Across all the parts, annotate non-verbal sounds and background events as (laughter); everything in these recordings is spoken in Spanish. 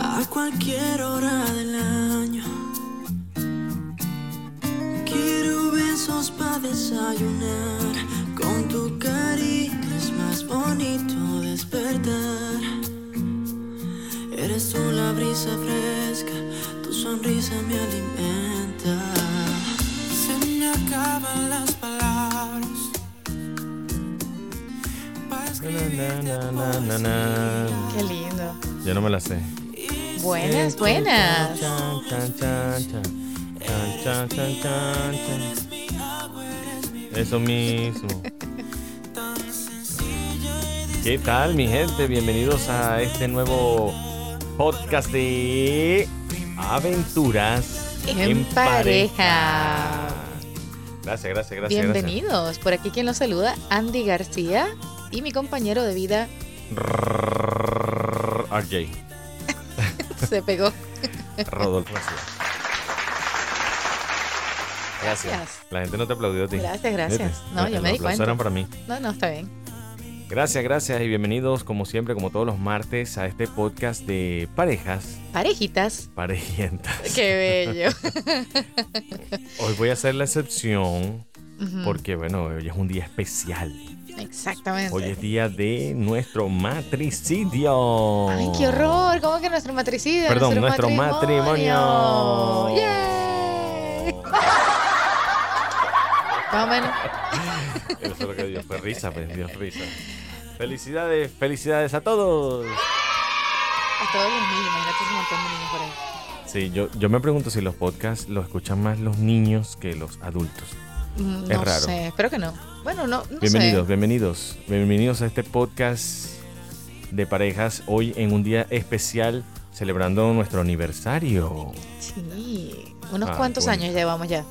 a cualquier hora del año. Quiero besos para desayunar. Con tu cariño es más bonito despertar. Eres tú la brisa fresca, tu sonrisa me alimenta. Se me acaban las palabras. Para Na, na, na, na, na, na. Qué lindo. Yo no me la sé. Buenas, buenas. Chan, chan, chan, chan. Chan, chan, chan, chan, chan. Eso mismo. ¿Qué tal, mi gente? Bienvenidos a este nuevo podcast de Aventuras En en, pareja. pareja. Gracias, gracias, gracias. Bienvenidos. Por aquí quien los saluda, Andy García y mi compañero de vida (laughs) Gracias. RJ. se pegó. Rodolfo García. Gracias. Gracias. La gente no te aplaudió a ti. Gracias, gracias. ¿Viste? No, yo Los me di aplausos cuenta. eran para mí. No, no, está bien. Gracias, gracias y bienvenidos como siempre, como todos los martes, a este podcast de parejas Parejitas. parejientas. Qué (laughs) bello. Hoy voy a hacer la excepción Ujú. porque, bueno, hoy es un día especial. Exactamente. Hoy es día de nuestro matricidio. Ay, qué horror. ¿Cómo que nuestro matricidio? Perdón, nuestro matrimonio. ¡Yay! Más o menos. Eso es lo que dio, fue risa, pues, dio risa. Felicidades, felicidades a todos. A todos los niños. Imagínate un montón de niños por ahí. Sí, yo, yo me pregunto si los podcasts los escuchan más los niños que los adultos. Mm, Es No raro. sé, espero que no. Bueno, no, no bienvenidos, sé. bienvenidos. Bienvenidos a este podcast de parejas hoy en un día especial celebrando nuestro aniversario. Sí, unos Ah, cuantos bueno. años llevamos ya.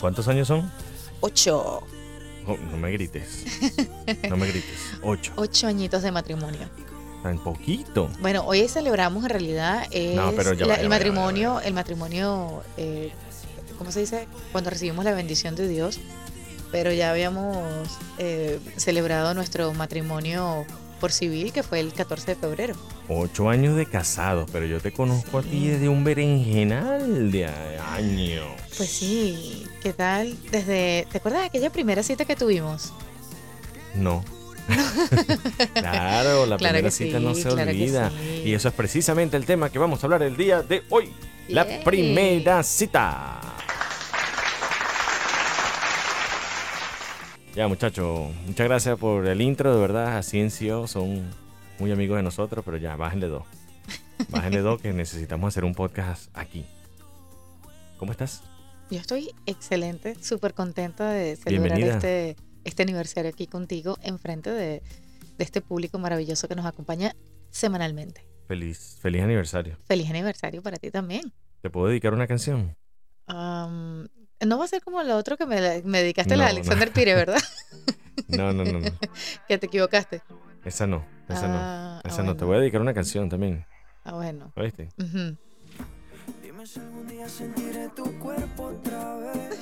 ¿Cuántos años son? Ocho. Oh, no me grites. No me (laughs) grites. Ocho. Ocho añitos de matrimonio. Tan poquito. Bueno, hoy celebramos en realidad es No, pero ya va, la- ya va, ya el va, matrimonio, el matrimonio, eh, ¿cómo se dice? Cuando recibimos la bendición de Dios, pero ya habíamos eh, celebrado nuestro matrimonio por civil, que fue el 14 de febrero. Ocho años de casados, pero yo te conozco a ti desde un berenjenal de a- años. Pues sí, ¿qué tal? Desde, ¿te acuerdas de aquella primera cita que tuvimos? (laughs) No. claro, la Claro primera que cita sí, no se claro que olvida. sí. Y eso es precisamente el tema que vamos a hablar el día de hoy. La Yay. primera cita. Ya, muchachos, muchas gracias por el intro, de verdad. Así en CEO son muy amigos de nosotros, pero ya, bájenle dos. Bájenle dos que necesitamos hacer un podcast aquí. ¿Cómo estás? Yo estoy excelente, súper contenta de celebrar Bienvenida. este, este aniversario aquí contigo, enfrente de, de este público maravilloso que nos acompaña semanalmente. Feliz, feliz aniversario. Feliz aniversario para ti también. ¿Te puedo dedicar una canción? Am, no va a ser como lo otro que me, me dedicaste a la No, de no. Alexander (laughs) Pire, ¿verdad? No, no, no, no. que te equivocaste. Esa no, esa no. Ah, ah, Esa no, te voy a bueno, dedicar una canción también, Ah, bueno. ¿oíste? Ujú. Dime si algún día sentiré tu cuerpo otra vez.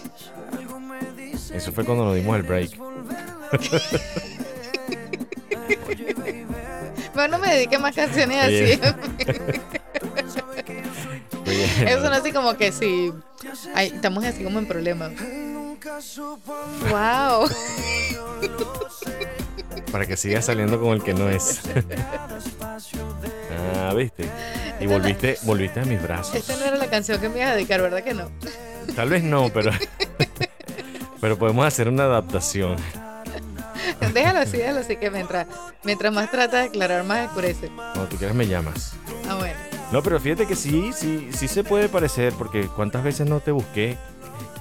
Algo me dice Eso fue cuando nos dimos el (laughs) break. (laughs) Bueno, no me dedique más canciones Oye. así. (laughs) Eso Bueno, no así como que sí. Ay, estamos así como en problemas. (laughs) ¡Wow! Para que sigas saliendo con el que no es. ah, ¿viste? Y volviste, volviste a mis brazos. Esta no era la canción que me ibas a dedicar, ¿verdad que no? Tal vez no, pero. (laughs) pero podemos hacer una adaptación. (laughs) Déjalo así, déjalo así que mientras, mientras más trata de aclarar, más oscurece. Cuando tú quieras me llamas. Ah, bueno. No, pero fíjate que sí, sí, sí se puede parecer, porque cuántas veces no te busqué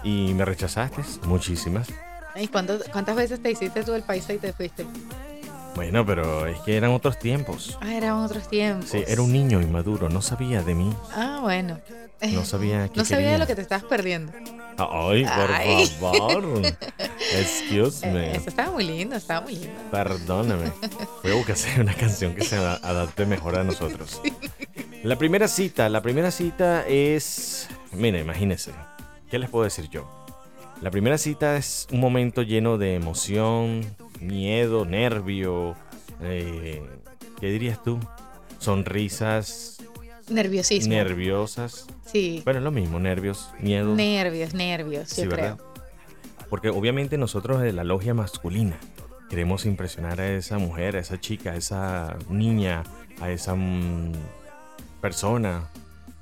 y me rechazaste. Muchísimas. ¿Y cuánto- cuántas veces te hiciste tú el paisa y te fuiste? Bueno, pero es que eran otros tiempos. Ah, eran otros tiempos. Sí, era un niño inmaduro, no sabía de mí. Ah, bueno. No sabía qué (laughs) No sabía quería. de lo que te estabas perdiendo. Ay, por Ay. (laughs) favor. Excuse Eh, me. Eso estaba muy lindo, estaba muy lindo. Perdóname. Voy a buscar (laughs) hacer una canción que se a- adapte mejor a nosotros. La primera cita, la primera cita es. Mira, imagínense. ¿Qué les puedo decir yo? La primera cita es un momento lleno de emoción, miedo, nervio. eh, ¿Qué dirías tú? Sonrisas, Nerviosismo. nerviosas. sí. Bueno, es lo mismo, nervios, miedo. Nervios, nervios, sí, yo ¿verdad? creo. Porque obviamente nosotros de la logia masculina queremos impresionar a esa mujer, a esa chica, a esa niña, a esa mm, persona,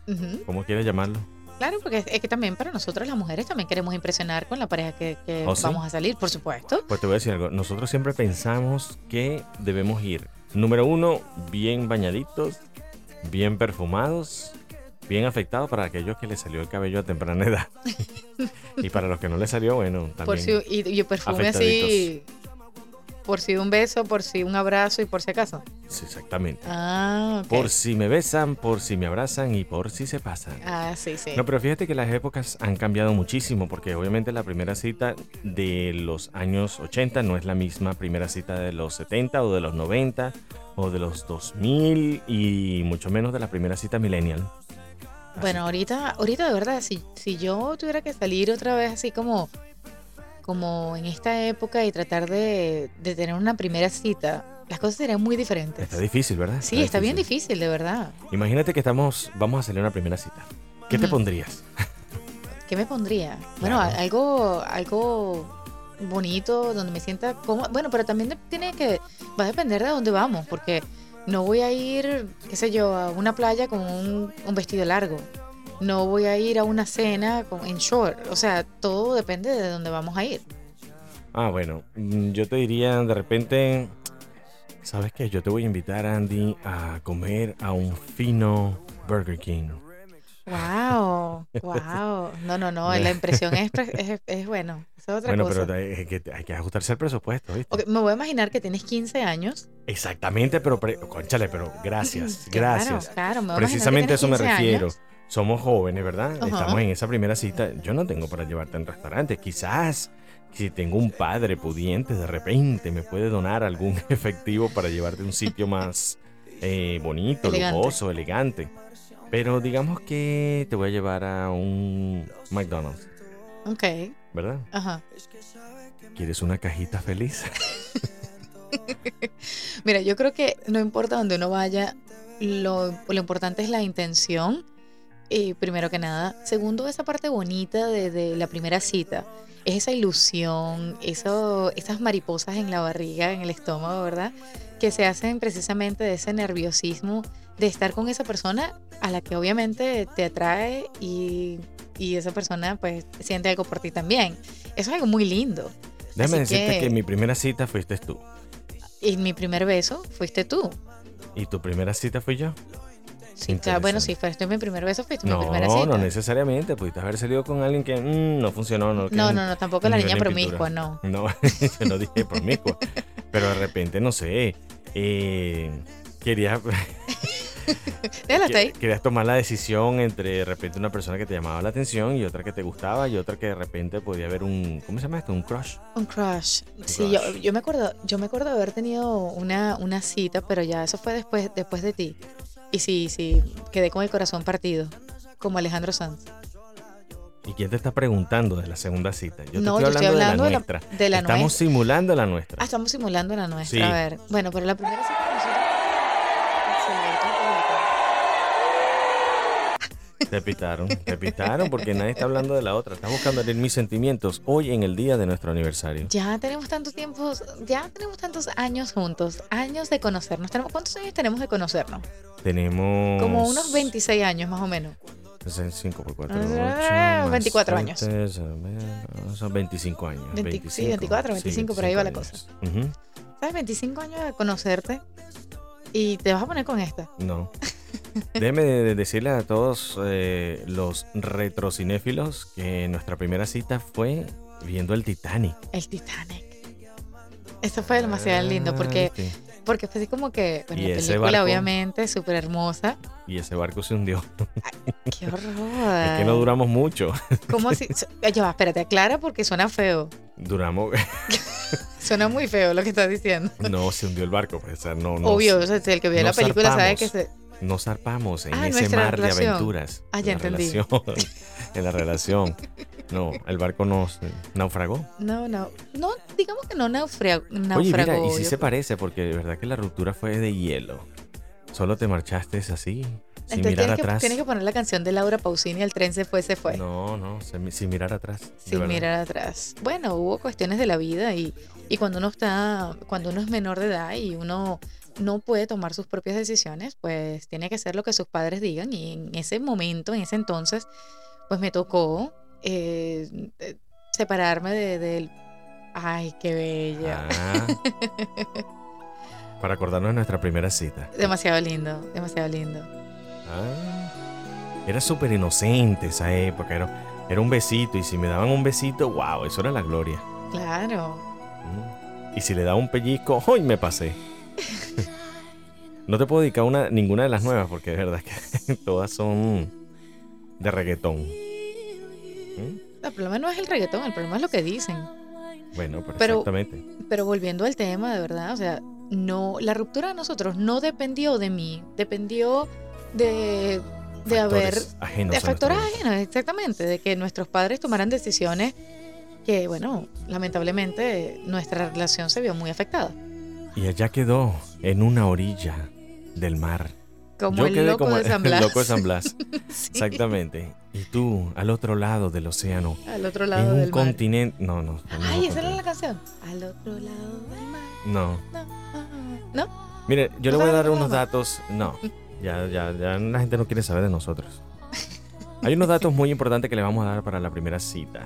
Ujú, ¿cómo quieres llamarlo? Claro, porque es- es que también para nosotros las mujeres también queremos impresionar con la pareja que, que ¿Oh, sí? vamos a salir, por supuesto. Pues te voy a decir algo. Nosotros siempre pensamos que debemos ir, número uno, bien bañaditos, bien perfumados, bien afectados para aquellos que les salió el cabello a temprana (laughs) edad. y para los que no les salió, bueno, también. Por si, y, y perfume así, por si un beso, por si un abrazo y por si acaso. Sí, exactamente. Ah, ok. Por si me besan, por si me abrazan y por si se pasan. Ah, sí, sí. No, pero fíjate que las épocas han cambiado muchísimo, porque obviamente la primera cita de los años 80 no es la misma primera cita de los 70 o de los 90 o de los 2000 y mucho menos de la primera cita millennial. Así Bueno, ahorita, ahorita de verdad, si, si yo tuviera que salir otra vez así como, como en esta época y tratar de, de tener una primera cita, las cosas serían muy que diferentes. Está difícil, ¿verdad? sí, está bien difícil, de verdad. Imagínate que estamos, vamos a salir a una primera cita. ¿Qué te Ujú. pondrías? ¿Qué me pondría? Bueno, Claro. a- algo, algo bonito, donde me sienta cómoda. Bueno, pero también de- tiene que, va a depender de dónde vamos, porque no voy a ir, qué sé yo, a una playa con un, un vestido largo. No voy a ir a una cena con, en short. O sea, todo depende de dónde vamos a ir. Ah, bueno, mm, yo te diría de repente, ¿sabes qué? Yo te voy a invitar, Andy, a comer a un fino Burger King. (laughs) Wow, wow. No, no, no. La impresión es, pre- es, es bueno. Esa es otra bueno, cosa. pero hay que, hay que ajustarse al presupuesto, ¿viste? Ok, me voy a imaginar que tienes 15 años. Exactamente, pero pre- conchale, pero gracias, (laughs) Claro, gracias. claro, me voy a imaginar que Precisamente a eso me tienes 15 refiero. años. Somos jóvenes, ¿verdad? Ajá. Estamos en esa primera cita. Yo no tengo para llevarte a un restaurante. Quizás si tengo un padre pudiente, de repente me puede donar algún (laughs) efectivo para llevarte a un sitio más eh, bonito, Elegante. lujoso, elegante. Pero digamos que te voy a llevar a un McDonald's, Ok, ¿verdad? ajá. ¿Quieres una cajita feliz? Mira, yo creo que no importa donde uno vaya, lo, lo importante es la intención, y primero que nada. Segundo, esa parte bonita de, de la primera cita. Es esa ilusión, eso, esas mariposas en la barriga, en el estómago, ¿verdad? Que se hacen precisamente de ese nerviosismo de estar con esa persona a la que obviamente te atrae y, y esa persona pues siente algo por ti también. Eso es algo muy lindo. Déjame Así decirte que... que- mi primera cita fuiste tú Y mi primer beso fuiste tú. y tu primera cita fui yo. Sí, claro, Ah, bueno, Interesante. sí, fue esto mi primer beso, fuiste mi No, primera cita. no necesariamente. Pudiste haber salido con alguien que mm, no funcionó. No, que- no, no, no, tampoco la nivel niña de promiscua, pintura. no. No, (laughs) yo no dije promiscua. pero de repente, no sé. eh, querías, (laughs) Déjala hasta ahí. querías tomar la decisión entre de repente una persona que te llamaba la atención y otra que te gustaba y otra que de repente podía haber un. ¿Cómo se llama esto? Un crush. Un crush. Sí, Yo, crush. yo me acuerdo, yo me acuerdo haber tenido una, una cita, pero ya eso fue después, después de ti. Y sí, sí, quedé con el corazón partido, como Alejandro Sanz. ¿Y quién te está preguntando de la segunda cita? Yo te no, estoy, hablando de la, de nuestra. la, de la Estamos nuestra. simulando la nuestra. Ah, estamos simulando la nuestra. Sí. A ver. Bueno, pero la primera cita que nosotros. Sí, ahorita Te pitaron, te pitaron porque nadie está hablando de la otra. Estás buscando herir mis sentimientos hoy en el día de nuestro aniversario. Ya tenemos tantos tiempos, ya tenemos tantos años juntos, años de conocernos. Tenemos, ¿Cuántos años tenemos de conocernos? Tenemos. Como unos 26 años más o menos. 5 por 4, Ah, 24 años. Son 25 años. Veinti- sí, 24, 25, por ahí va la años. Ujú, ¿Sabes? 25 años de conocerte y te vas a poner con esta. (laughs) No. Déjeme de- decirle a todos eh, los retrocinéfilos que nuestra primera cita fue viendo el Titanic. El Titanic. Eso fue demasiado lindo porque, Ah, sí. porque fue así como que, bueno, Y la ese película barco. obviamente súper hermosa. Y ese barco se hundió. (laughs) ¡Qué horror! Es que no duramos mucho. (laughs) ¿Cómo si...? so- Ya va, espérate, aclara porque suena feo. Duramos. Suena muy feo lo que estás diciendo. No, se hundió el barco. pues, o sea, no, no, Obvio, o sea, el que vio nos la película sabe zarpamos. que se... No zarpamos en Ah, ese nuestra mar de relación. aventuras. Ah, en ya la entendí. relación, (laughs) en la relación. No, el barco nos naufragó. No, no, no, digamos que no naufra- naufragó. Oye, mira, y sí yo se parece, porque de verdad que la ruptura fue de hielo. Solo te marchaste así, Sin Entonces mirar tienes que, atrás. tienes que poner la canción de Laura Pausini, El tren se fue, se fue. No, no, sin, sin mirar atrás. de sin verdad. mirar atrás. Bueno, hubo cuestiones de la vida y, y cuando uno está, cuando uno es menor de edad y uno no puede tomar sus propias decisiones, pues tiene que hacer lo que sus padres digan. Y en ese momento, en ese entonces, pues me tocó eh, eh, separarme de, del- Ay, qué bella. (laughs) Ah. Para acordarnos de nuestra primera cita. Demasiado lindo, demasiado lindo. Ah. Era súper inocente esa época. Era, era un besito. Y si me daban un besito, wow, eso era la gloria. Claro. Mm. Y si le daba un pellizco, hoy me pasé. no te puedo dedicar una, ninguna de las nuevas porque de verdad que (laughs) todas son de reggaetón. Mm. El problema no es el reggaetón, el problema es lo que dicen. Bueno, pero, Pero- exactamente. Pero volviendo al tema, de verdad, o sea, no, la ruptura de nosotros no dependió de mí, dependió de, de haber, Factores ajenos de a nuestra factores vida. ajenos, exactamente, de que nuestros padres tomaran decisiones que, bueno, lamentablemente nuestra relación se vio muy afectada. Y allá quedó, en una orilla del mar. Como Yo el quedé loco como de (laughs) San el Blas. loco de San Blas. (laughs) Sí, Exactamente. Y tú, al otro lado del océano, Al otro en lado un del mar. continente. No, no. en un Ay, esa era continente. la canción. Al otro lado del mar. (laughs) No. no, ¿No? Mire, yo le ¿No voy a sabes dar cómo unos va? datos. No. Ya, ya, ya la gente no quiere saber de nosotros. Hay unos datos muy importantes que le vamos a dar para la primera cita.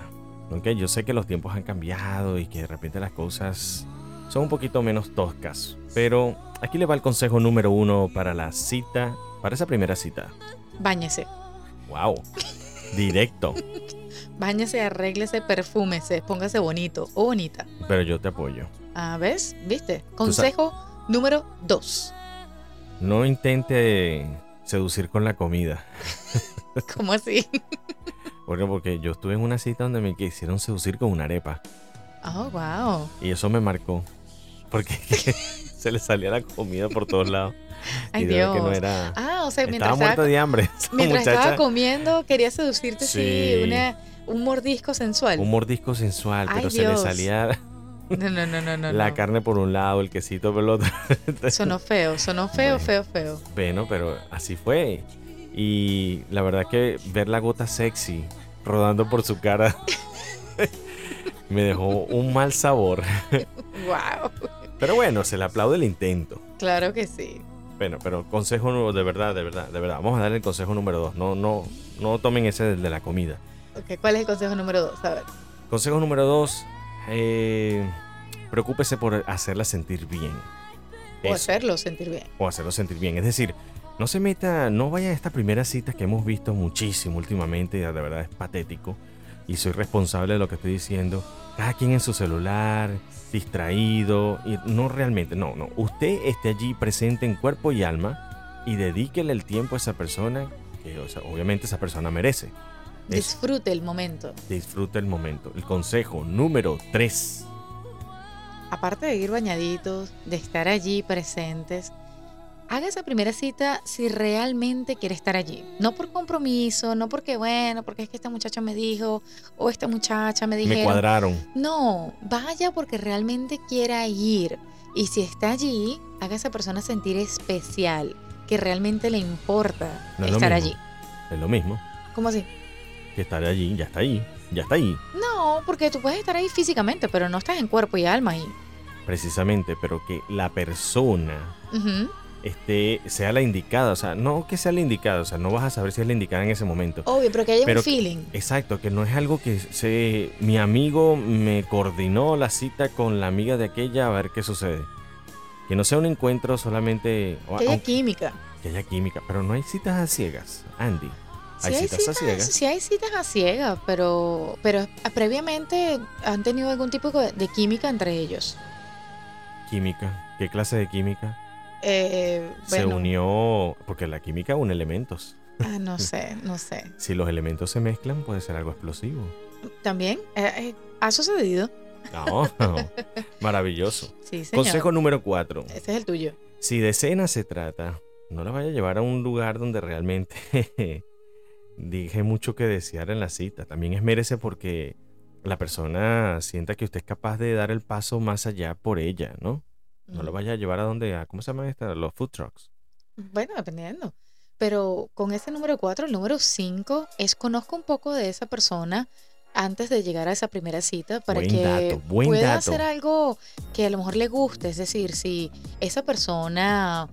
¿ok? Yo sé que los tiempos han cambiado y que de repente las cosas son un poquito menos toscas. Pero aquí le va el consejo número uno para la cita, para esa primera cita. Báñese. ¡Wow! Directo. Báñese, arréglese, perfúmese, póngase bonito o bonita. Pero yo te apoyo. Ah, ¿ves? ¿Viste? sabes- Consejo número (laughs) 2. No intente seducir con la comida. ¿Cómo así? ¿Por qué? Porque yo estuve en una cita donde me quisieron seducir con una arepa. Oh, wow. Y eso me marcó. Porque (laughs) se le salía la comida por todos lados. Ay, y de verdad Dios. que no era. Ah, o sea, mientras, estaba estaba, muerta de hambre. Esa mientras estaba muchacha. comiendo, quería seducirte, sí, Sí. una, un mordisco sensual. Un mordisco sensual, Ay, pero se le Dios. salía No, no, no, no, no. la no. carne por un lado, el quesito por el otro. Sonó feo, sonó feo, Bueno. feo, feo. Bueno, pero así fue. Y la verdad que ver la gota sexy rodando por su cara (laughs) me dejó un mal sabor. Wow. Pero bueno, se le aplaude el intento. Claro que sí. Bueno, pero consejo nu- de verdad, de verdad, de verdad. Vamos a dar el consejo número dos. No, no, no tomen ese del de la comida. Ok, ¿Cuál es el consejo número 2? A ver. Consejo número dos. eh, preocúpese por hacerla sentir bien. O Eso, hacerlo sentir bien. o hacerlo sentir bien. Es decir, no se meta, no vaya a estas primeras citas que hemos visto muchísimo últimamente. De verdad es patético. Y soy responsable de lo que estoy diciendo. Cada quien en su celular, distraído. Y no realmente, no, no. Usted esté allí presente en cuerpo y alma y dedíquele el tiempo a esa persona que o sea, obviamente esa persona merece. Eso. Disfrute el momento. Disfruta el momento. El consejo número 3. aparte de ir bañaditos, de estar allí presentes, haga esa primera cita si realmente quiere estar allí. No por compromiso, no porque, bueno, porque es que esta muchacha me dijo o esta muchacha me Me dijeron. cuadraron. no, vaya porque realmente quiera ir. Y si está allí, haga a esa persona sentir especial, que realmente le importa No es lo estar mismo. allí. Es lo mismo ¿Cómo así? que estar allí. Ya está ahí. Ya está ahí. No, porque tú puedes estar ahí físicamente, pero no estás en cuerpo y alma ahí. Precisamente, pero que la persona Ujú. esté, sea la indicada. O sea, no que sea la indicada. O sea, no vas a saber si es la indicada en ese momento. Obvio, pero que haya Pero- eh, un feeling. Exacto, que no es algo que se. Mi amigo me coordinó la cita con la amiga de aquella a ver qué sucede. Que no sea un encuentro solamente. o- Que haya aunque- química. que haya química. Pero no hay citas a ciegas, Andy. Sí Hay citas a ciegas. sí hay citas a ciegas, pero, pero previamente han tenido algún tipo de de química entre ellos. Química. ¿Qué clase de química? Eh, Se bueno, unió. Porque la química une elementos. (laughs) ah, no sé, no sé. Si los elementos se mezclan, puede ser algo explosivo. También eh, eh, ha sucedido. No, Oh, (laughs) maravilloso. Sí, señor. Eh. Consejo número 4. Ese es el tuyo. Si de cena se trata, no la vaya a llevar a un lugar donde realmente (laughs) dije mucho que desear en la cita. También es merece porque la persona sienta que usted es capaz de dar el paso más allá por ella, Mm. ¿no? No la vaya a llevar a donde, a, ¿cómo se llaman estas? Los food trucks. Bueno, dependiendo. Pero con ese número 4, el número 5 es conozco un poco de esa persona antes de llegar a esa primera cita para Buen que dato, buen pueda dato. hacer algo que a lo mejor le guste. Es decir, si esa persona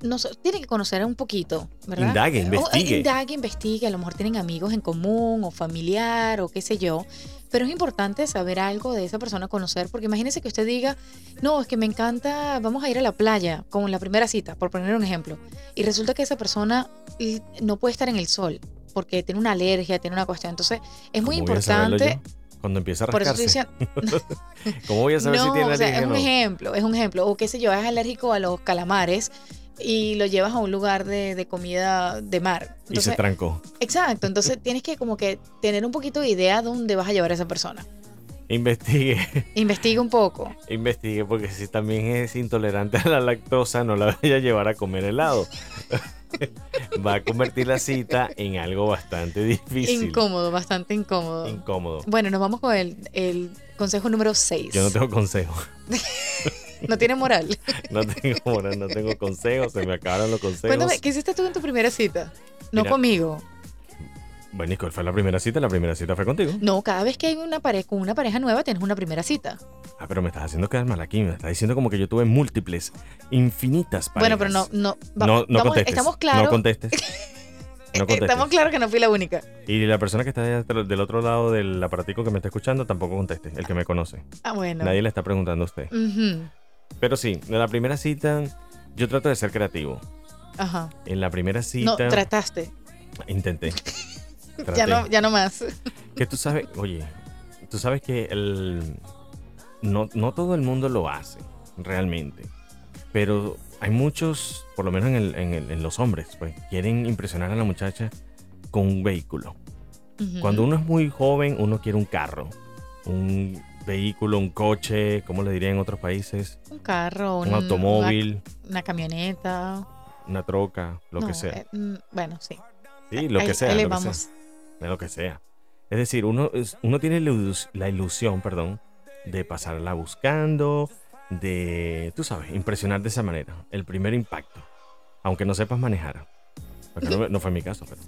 no sé, tiene que conocer un poquito, ¿verdad? Indague, Eh, o- investigue. Indague, investigue. A lo mejor tienen amigos en común o familiar o qué sé yo. Pero es importante saber algo de esa persona, conocer, porque imagínese que usted diga, no, es que me encanta, vamos a ir a la playa, como en la primera cita, por poner un ejemplo. Y resulta que esa persona y no puede estar en el sol porque tiene una alergia, tiene una cuestión. Entonces, es muy ¿Cómo voy a saberlo importante. yo? Cuando empieza a Por eso estoy rascarse. diciendo, ¿Cómo voy a saber si no, tiene o sea, alergia es o un no? ejemplo, es un ejemplo. O qué sé yo, es alérgico a los calamares y lo llevas a un lugar de, de comida de mar. Y se Entonces, trancó. exacto, entonces tienes que como que tener un poquito de idea dónde vas a llevar a esa persona. Investigue, Investiga un poco. investigue, porque si también es intolerante a la lactosa, no la (laughs) vaya a llevar a comer helado. (laughs) Va a convertir la cita en algo bastante difícil. Incómodo, bastante incómodo. Incómodo. bueno, nos vamos con el, el consejo número 6. Yo no tengo consejo. (laughs) no tiene moral. No tengo, moral, no tengo consejos. Se me acabaron los consejos. Cuéntame, ¿qué hiciste tú en tu primera cita? No Mira. conmigo. Bueno, Nicole, fue la primera cita. La primera cita fue contigo. No, cada vez que hay una pareja con una pareja nueva tienes una primera cita. Ah, pero me estás haciendo quedar mal aquí. Me estás diciendo como que yo tuve múltiples, infinitas Bueno, parejas. pero no, no, va- No, no vamos- contestes. estamos claros. No (laughs) contestes. No contestes. Eh, estamos claros que no fui la única. Y la persona que está de- del otro lado del aparatico que me está escuchando tampoco conteste, el que me conoce. Ah, bueno. Nadie le está preguntando a usted. Ujú, Pero sí, en la primera cita yo trato de ser creativo. Ajá. En la primera cita No, trataste. intenté. (laughs) Ya Traté. no, ya no más. Que tú sabes, oye, tú sabes que el no, no todo el mundo lo hace, realmente. Pero hay muchos, por lo menos en, el- en el- en los hombres, pues, quieren impresionar a la muchacha con un vehículo. Ujú. Cuando uno es muy joven, uno quiere un carro, un vehículo, un coche, como le diría en otros países, Un carro, un, un- automóvil, una, una camioneta. una troca, lo No, que sea. eh, mm, bueno, sí. sí, lo Ahí- que sea. ahí le lo que sea. vamos. de lo que sea. Es decir, uno, es- uno tiene la ilus- la ilusión, perdón, de pasarla buscando, de, tú sabes, impresionar de esa manera. El primer impacto, aunque no sepas manejar. Porque no, no fue mi caso, pero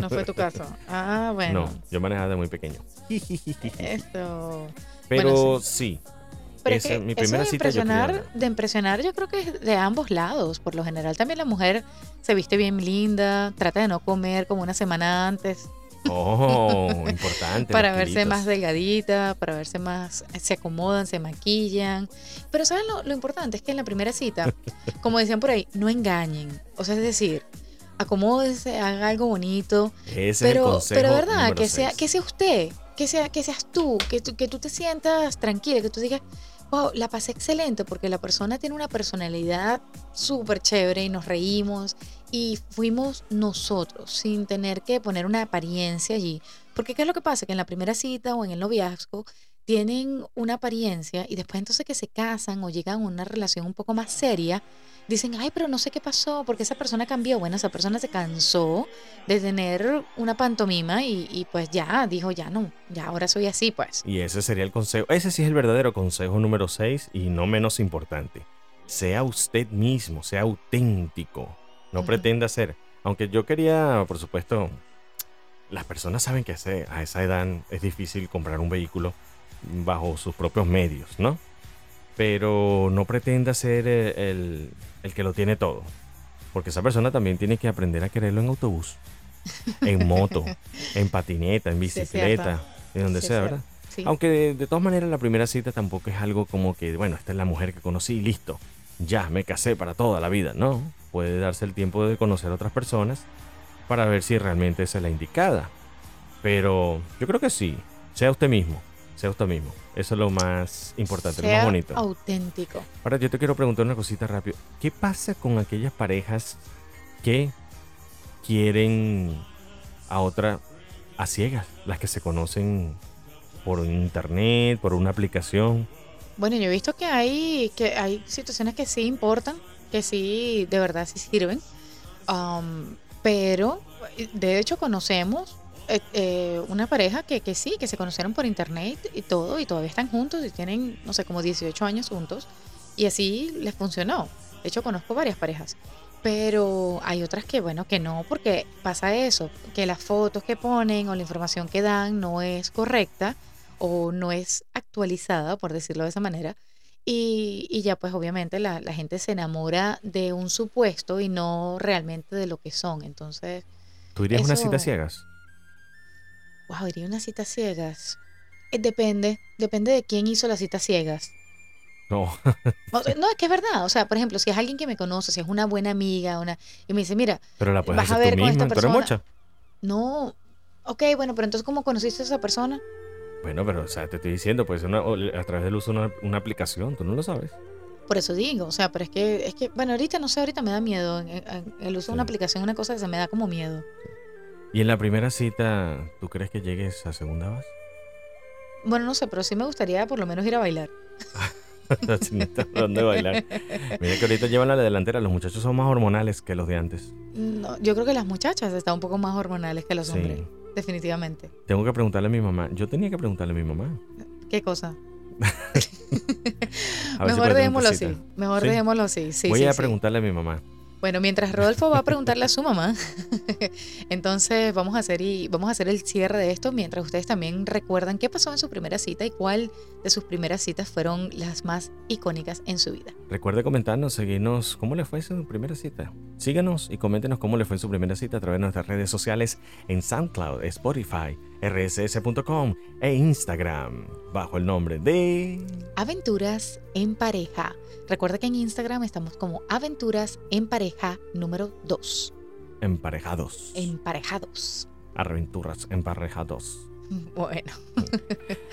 No fue tu (laughs) caso. Ah, (laughs) bueno. no, yo manejaba desde muy pequeño. Esto. Pero Bueno, sí. Pero Esa es que es mi eso primera de cita, yo quería impresionar, hablar. de impresionar, yo creo que es de ambos lados. Por lo general, también la mujer se viste bien linda, trata de no comer como una semana antes Oh, importante. (laughs) para los verse kilitos. más delgadita, para verse más, se acomodan, se maquillan. Pero saben lo, lo importante es que en la (laughs) primera cita, como decían por ahí, no engañen. O sea, es decir, acomódense, haga algo bonito, Ese es el pero, consejo pero verdad, número que sea, seis. que sea usted, que sea, que seas tú, que tú, que tú te sientas tranquila, que tú digas, wow, la pasé excelente, porque la persona tiene una personalidad súper chévere y nos reímos y fuimos nosotros, sin tener que poner una apariencia allí. Porque qué es lo que pasa, que en la primera cita o en el noviazgo tienen una apariencia y después entonces que se casan o llegan a una relación un poco más seria, dicen, ay, pero no sé qué pasó, porque esa persona cambió. Bueno, esa persona se cansó de tener una pantomima y, y pues ya, dijo, ya no, ya ahora soy así, pues. Y ese sería el consejo. Ese sí es el verdadero consejo número 6 y no menos importante. Sea usted mismo, sea auténtico. No Ujú. pretenda ser. Aunque yo quería, por supuesto, las personas saben que a ese- a esa edad es difícil comprar un vehículo bajo sus propios medios, ¿no? Pero no pretenda ser el, el- el que lo tiene todo. Porque esa persona también tiene que aprender a quererlo en autobús, en (laughs) moto, en patineta, en es cierto. bicicleta, en donde Sí, es sea, cierto. ¿verdad? Sí. Aunque de, de todas maneras la primera cita tampoco es algo como que, bueno, esta es la mujer que conocí y listo, ya me casé para toda la vida, ¿no? Puede darse el tiempo de conocer a otras personas para ver si realmente esa es la indicada. Pero yo creo que sí, sea usted mismo, sea usted mismo. Eso es lo más importante, lo Sea más bonito. auténtico. Ahora yo te quiero preguntar una cosita rápido. ¿Qué pasa con aquellas parejas que quieren a otra a ciegas? Las que se conocen por internet, por una aplicación. Bueno, yo he visto que hay, que hay situaciones que sí importan, que sí, de verdad, sí sirven. Am, pero, de hecho, conocemos eh, eh, una pareja que, que sí, que se conocieron por internet y todo, y todavía están juntos y tienen, no sé, como 18 años juntos, y así les funcionó. De hecho, conozco varias parejas. Pero hay otras que, bueno, que no, porque pasa eso, que las fotos que ponen o la información que dan no es correcta o no es actualizada, por decirlo de esa manera. Y, y ya pues obviamente la, la gente se enamora de un supuesto y no realmente de lo que son. Entonces, ¿Tú irías a una cita Eso- ciegas? wow, iría a una cita ciegas. Eh, Depende, depende de quién hizo la cita ciegas. No. (laughs) O sea, No, es que es verdad. O sea, por ejemplo, si es alguien que me conoce, si es una buena amiga, una y me dice, mira, Pero la puedes Vas a hacer ver tú con esta misma, tú eres mocha. persona. no, ok, bueno, pero entonces, ¿cómo conociste a esa persona? Bueno, pero o sea, te estoy diciendo, pues una- o- a través del uso de una, una aplicación, tú no lo sabes. Por eso digo, o sea, pero es que, es que, bueno, ahorita no sé, ahorita me da miedo. en- en- en el uso de una Sí. aplicación, una cosa que se me da como miedo. Y en la primera cita, ¿tú crees que llegues a segunda base? Bueno, no sé, pero sí me gustaría por lo menos ir a bailar. (laughs) Si no estás hablando de bailar. Mira que ahorita llevan a la delantera, los muchachos son más hormonales que los de antes. No, yo creo que las muchachas están un poco más hormonales que los hombres, definitivamente. Tengo que preguntarle a mi mamá. Yo tenía que preguntarle a mi mamá. ¿Qué cosa? A ver si Mejor perdemos dejémoslo cita. así. Mejor Sí. dejémoslo así. Sí, Voy sí, a sí. preguntarle a mi mamá. Bueno, mientras Rodolfo va a preguntarle a su mamá, (laughs) entonces vamos a hacer y vamos a hacer el cierre de esto mientras ustedes también recuerdan qué pasó en su primera cita y cuál de sus primeras citas fueron las más icónicas en su vida. Recuerde comentarnos, seguirnos. ¿Cómo le fue su primera cita? Síganos y coméntenos cómo le fue su primera cita a través de nuestras redes sociales en SoundCloud, Spotify, rss.com e Instagram, bajo el nombre de. Aventuras en pareja. Recuerda que en Instagram estamos como Aventuras en pareja número 2, Emparejados. emparejados. Aventuras emparejados. Bueno,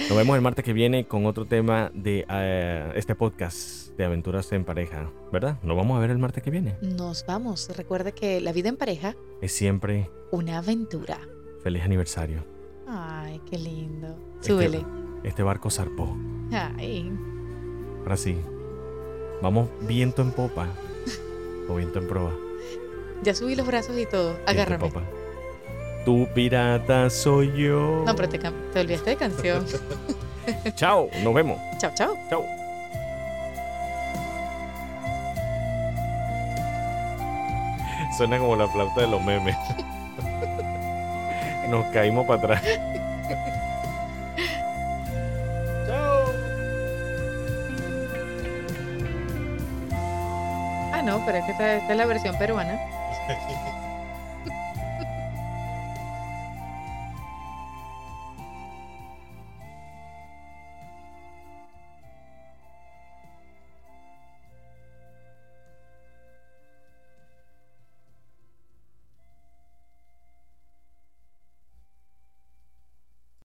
Nos vemos el martes que viene con otro tema de eh, este podcast de aventuras en pareja, ¿verdad? Nos vamos a ver el martes que viene. nos vamos. Recuerda que la vida en pareja, Es siempre una aventura. feliz aniversario. Ay, qué lindo. Este- Súbele. este barco zarpó. Ay. Ahora sí. Vamos viento en popa. O viento en proa. Ya subí los brazos y todo. Viento en Agárrame. popa. Tu pirata soy yo. No, pero te, cam- te olvidaste de canción. Chao, nos vemos. chao, chao. Chao. Suena como la flauta de los memes. (laughs) Nos caímos para atrás. Chao. Ah, no, pero es que esta, esta es la versión peruana.